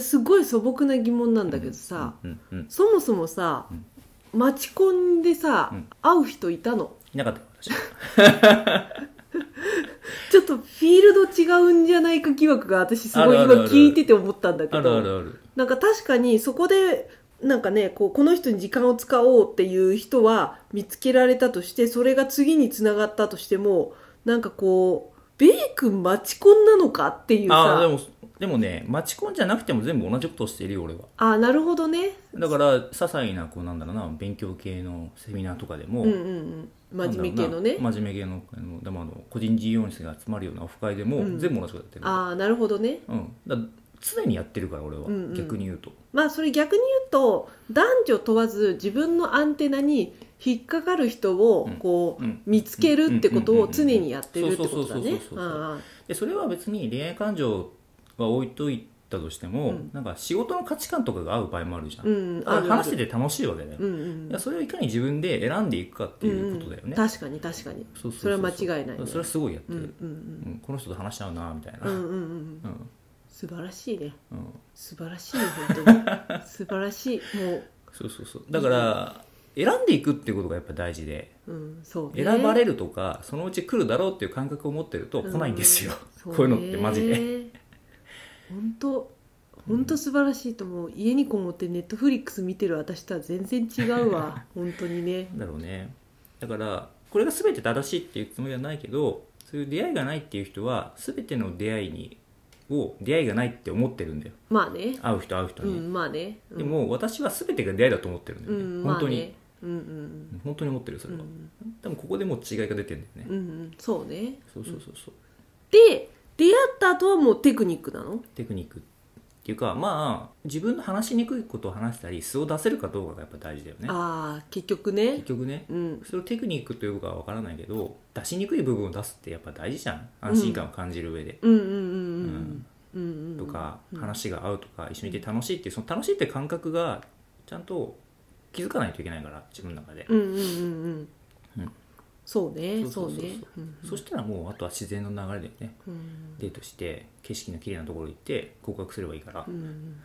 すごい素朴な疑問なんだけどさ、うんうんそもそもさうんマチコンでさ、うん会う人いたのいなかったよ私ちょっとフィールド違うんじゃないか疑惑が私すごいあるあ今るある聞いてて思ったんだけあどるあるあるなんか確かにそこでなんかねこうこの人に時間を使おうっていう人は見つけられたとしてそれが次につながったとしてもなんかこうベイ君マチコンなのかっていうああでさもでもねマチコンじゃなくても全部同じことをしてるよ俺はああなるほどねだから些細なこうなんだろうな勉強系のセミナーとかでも、うんうんうん真面目系のねなんだろうな真面目系のあのでもあの個人事業主が集まるようなオフ会でも、うん全部同じことやってるああなるほどねうん、だから常にやってるから俺は、うんうん逆に言うとまあそれ逆に言うと男女問わず自分のアンテナに引っかかる人をうんこう、うん見つけるってことうんうんをうん常にやってるってことだそうねそうそうそうそうああああでそれは別に恋愛感情は置いといたとしても、うんなんか仕事の価値観とかが合う場合もあるじゃん、うんうんだから話してるて楽しいわけだよ、うんうだんからそれをいかに自分で選んでいくかっていうことだよね、んん確かに確かにそううううそれは間違いないねそれはすごいやってうんる、ううんんこの人と話し合うなみたいな、うんううんんうんうんうん素晴らしいね素晴らしいよ本 当に素晴らしいもそうそうそうだから選んでいくっていうことがやっぱ大事でう、うん、そうね選ばれるとか、そのうち来るだろうっていう感覚を持ってると来ないんですよ、んこういうのってマジでそうね本当本当素晴らしいと思う家にこもってネットフリックス見てる私とは全然違う わ本当にねなんだろうねだからこれが全て正しいっていうつもりはないけどそういう出会いがないっていう人は全ての出会いにを出会いがないって思ってるんだよまあね会う人会う人うに、んまあねうんでも私は全てが出会いだと思ってるんだうよね、んま本あ当に、ねうんうん本当に思ってるよそうんうれは、ん多分ここでもう違いが出てるんだようんうね、んそうねそうそうそうそうで出会った後はもうテクニックなのテクニックっていうかまあ自分の話しにくいことを話したり素を出せるかどうかがやっぱ大事だよねああ結局ね結局ねうんそれをテクニックというかは分からないけど出しにくい部分を出すってやっぱ大事じゃん安心感を感じる上で、うんうんうんうんうんうんとか、うん話が合うとか一緒にいて楽しいっていうその楽しいって感覚がちゃんと気づかないといけないから自分の中で、うんうんうんううんんそうねそそうそううそうそうねうんそしたらもうあとは自然の流れでねうんデートして景色の綺麗なところ行って告白すればいいから、うん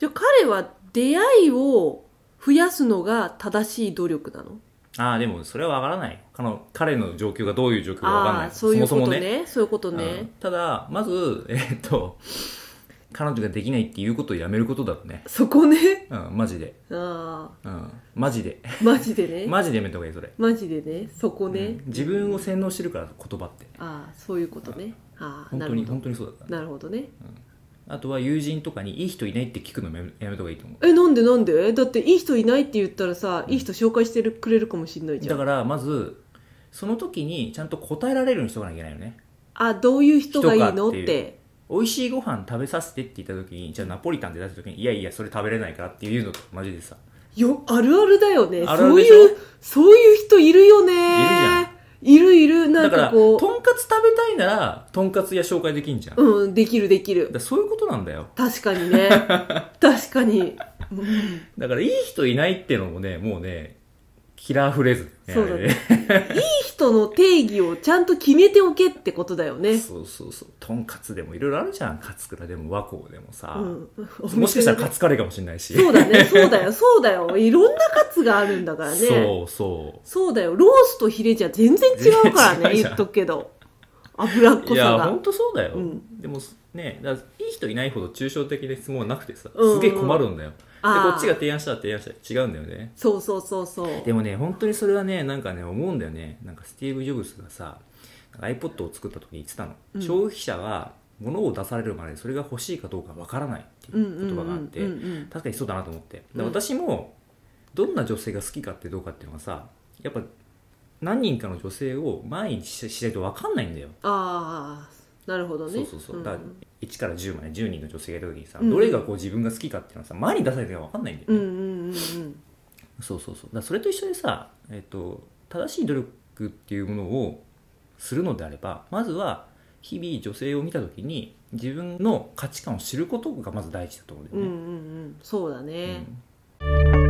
じゃあ彼は出会いを増やすのが正しい努力なのああでもそれは分からない彼の彼の状況がどういう状況か分からなあいあそういうこそもとそもねねそういうことうんねただまず えーっと彼女ができないっていうことをやめることだろうねそこねうんマジであうんマジであマジ でねマジでやめた方がいいそれ、マジでねそこねうん自分を洗脳してるから言葉ってああそういうことねああ本な当るにほど本当にそうだったなるほどねあとは友人とかにいい人いないって聞くのもやめやめた方がいいと思えなんでなんでだっていい人いないって言ったらさいい人紹介してるくれるかもしんないうじゃだんからまずその時にちゃんと答えられるようにしとかなきゃいけないよねあどういう人がいい人かのっっていうて美味しいご飯食べさせてって言った時にじゃあナポリタンで出した時にいやいやそれ食べれないからっていうのとマジでさよあるあるだよねあるあるでしょそういうそういう人いるよねいるいるなだんかからことうんかつ食べたいならとんかつ屋紹介できんじゃんだかうんできるできるらそういうことなんだよ確かにね 確かに、うんだからいい人いないってのもねもうねキラーフレーズだよねそうだねあれねいい人の定義をちゃんと決めておけってことだよね そうそうそうとんかつでもいろいろあるじゃんカツクラでも和光でもさ、うんもしかしたらカツツカレーかもしれないしそうだねそうだよそうだよいろんなカツがあるんだからねそうそそうだよロースとヒレじゃ全然違うから全然違うねじゃん言っとくけど脂っうこさいやが本当そうだよ、うんでもねだからいい人いないほど抽象的な質問はなくてさうんすげえ困るんだよ、でこあっちが提案したら提案したら違うんだよねそうそうそうそうでもね本当にそれはねなんかね思うんだよねなんかスティーブ・ジョブズがさなんか iPod を作った時に言ってたの、うん消費者は物を出されるまでそれが欲しいかどうかわからないってうんいううんう言葉んがあって、うんうん確かにそうだなと思ってうんで私もどんな女性が好きかってどうかっていうのがさやっぱ何人かの女性を毎日ししないと分かんないんだよああなるほどねそうそうそう、だから1から10まで10人の女性がいた時にさ、うんどれがこう自分が好きかっていうのはさ前に出されてるか分かんないんだようね、んうんうんうんそうそうそうだからそれと一緒でさ、えっと正しい努力っていうものをするのであればまずは日々女性を見た時に自分の価値観を知ることがまず第一だと思うんだうよんうね、んうんそうだね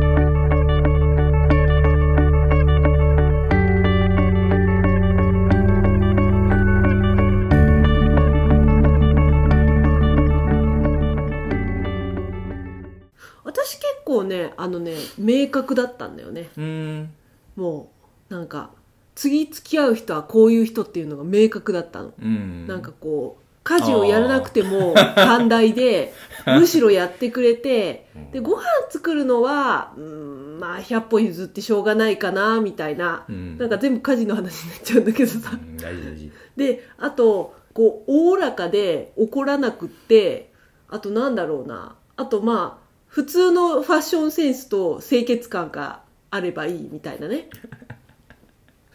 ねあのね明確だったんだよねうーんもうなんか次付き合う人はこういう人っていうのが明確だったの、うんなんかこう家事をやらなくても寛大でむしろやってくれてうんでご飯作るのはうんまあ100歩譲ってしょうがないかなみたいなう、んなんか全部家事の話になっちゃうんだけどうさん大事大事であとこうおおらかで怒らなくってあとなんだろうなあとまあ普通のファッションセンスと清潔感があればいいみたいなね、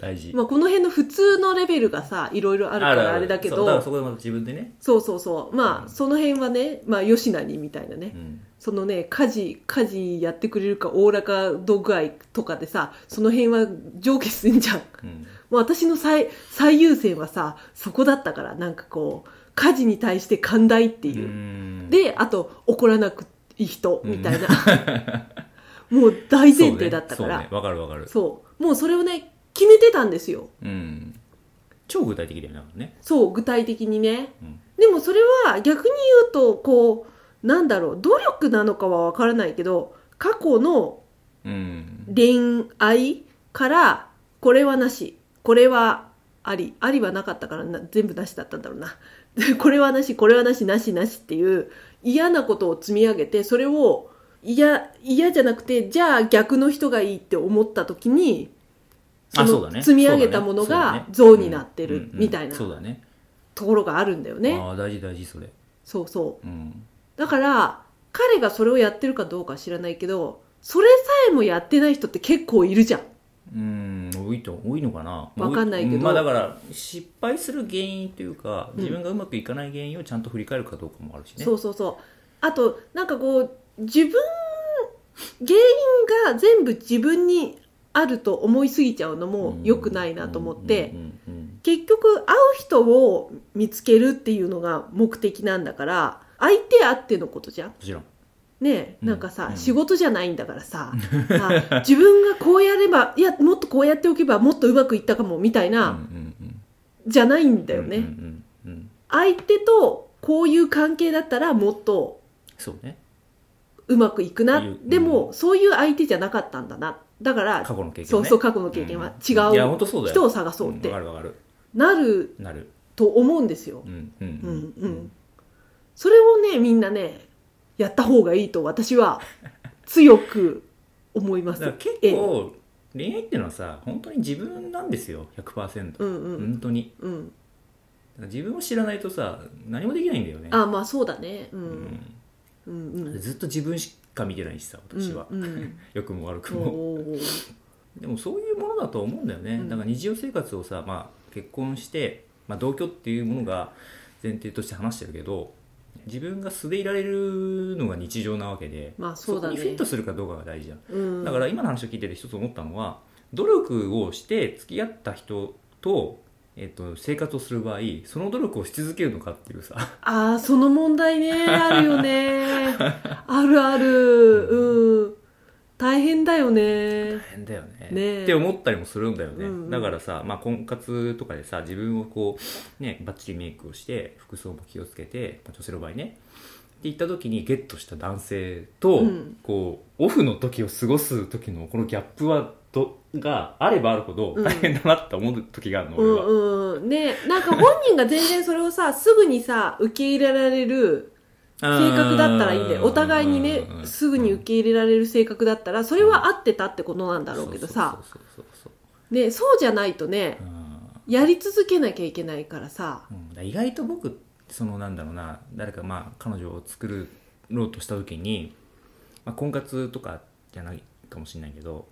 大事まあ、この辺の普通のレベルがさいろいろあるからあれだけそうだからどそこでまた自分でね、そうそうそうまうんあその辺はねまあよしなにみたいなねうんそのね家事家事やってくれるかおおらか度具合とかでさその辺は上下すんじゃんうんもう私の最最優先はさそこだったからなんかこう家事に対して寛大ってういう、んであと怒らなくいい人みたい な、もう大前提だったからそうねそうねわ、かるわかるそうもうそれをね決めてたんですようん超具体的だよねなんかねそう具体的にねうんでもそれは逆に言うとこうなんだろう努力なのかは分からないけど過去のうん恋愛からこれはなしこれはありありはなかったからな全部なしだったんだろうな これはなしこれはなしなしなしっていう嫌なことを積み上げてそれを嫌嫌じゃなくてじゃあ逆の人がいいって思った時にそあそうだのね積み上げたものそうだねが像になってうんるうんうんみたいなそうだねところがあるんだよねああ大事大事それそうそううんだから彼がそれをやってるかどうかは知らないけどそれさえもやってない人って結構いるじゃんうん多いと多いのかなわかんないけどまあだから失敗する原因というか自分がうまくいかない原因をちゃんと振り返るかどうかもあるしねそうそうそうあとなんかこう自分原因が全部自分にあると思いすぎちゃうのも良くないなと思ってうんうんうん結局会う人を見つけるっていうのが目的なんだから相手あってのことじゃんもちろんねうえんなんかさ、うん仕事じゃないんだから さあ自分がこうやればいやもっとこうやっておけばもっとうまくいったかもみたいうんな、うんうんじゃないんだよね、うんうんうんうん相手とこういう関係だったらもっとそうねうまくいくな、うんでもそういう相手じゃなかったんだなだから、過去の経験ねそうそう過去の経験は違いやう本当そうだよ人を探そうってんわかるわかるなるなると思うんですよう、んうんうんうんそれをねみんなねやった方がいいと私は強く思いまだからす結ええ構恋愛っていうのはさ本当に自分なんですよ100%、うんうん本当にうんだから自分を知らないとさ何もできないんだよねあまあそうだねううんんうんうんずっと自分しか見てないしさ私は、うんうん良くも悪くお もーでもそういうものだと思うんだよね、うんだから日常生活をさ、まあ、結婚して、まあ、同居っていうものが前提として話してるけど自分が素でいられるのが日常なわけで、まあそうだねこにフィットするかどうかが大事じゃんうんだから今の話を聞いてて一つ思ったのは努力をして付き合った人と,、えっと生活をする場合その努力をし続けるのかっていうさああその問題ねあるよ ねあるあるうん大変だよね変だよねねえ って思ったりもするんだよね、うんうんだからさ、まあ、婚活とかでさ自分をこうねバッチリメイクをして服装も気をつけて、まあ女性の場合ねって言った時にゲットした男性と、うんこうオフの時を過ごす時のこのギャップはどがあればあるほどうん大変だなって思う時があるの、う俺は、んうんねなんか本人が全然それを さすぐにさ受け入れられる性格だったらいいんだよお互いにねすぐに受けけ入れられる性格だったらそれは合ってたってことなんだろうけどさそうそうそうそうねそうじゃないとねそううんやり続けなきゃいけないからさうん、だから意外と僕そのなんだろうな誰かまあ彼女を作ろうとした時に、まあ、婚活とかじゃないかもしれないけど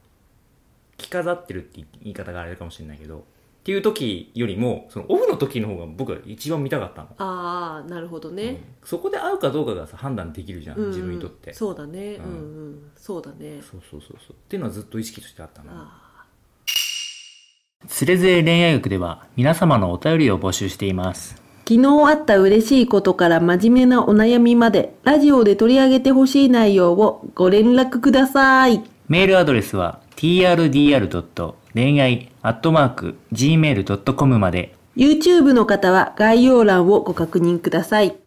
着飾ってるって言い方があれかもしれないけどっていう時よりもそのオフの時の方が僕は一番見たかったの、ああなるほどうんね、そこで会うかどうかがさ判断できるじゃん、うんうん自分にとってそうだねうんうんうんそうだねそうそうそうそうっていうのはずっと意識としてあったなああつれづれ恋愛学では皆様のお便りを募集しています昨日あった嬉しいことから真面目なお悩みまで、ラジオで取り上げてほしい内容をご連絡ください。メールアドレスは trdr. 恋愛 .gmail.com まで YouTube の方は概要欄をご確認ください。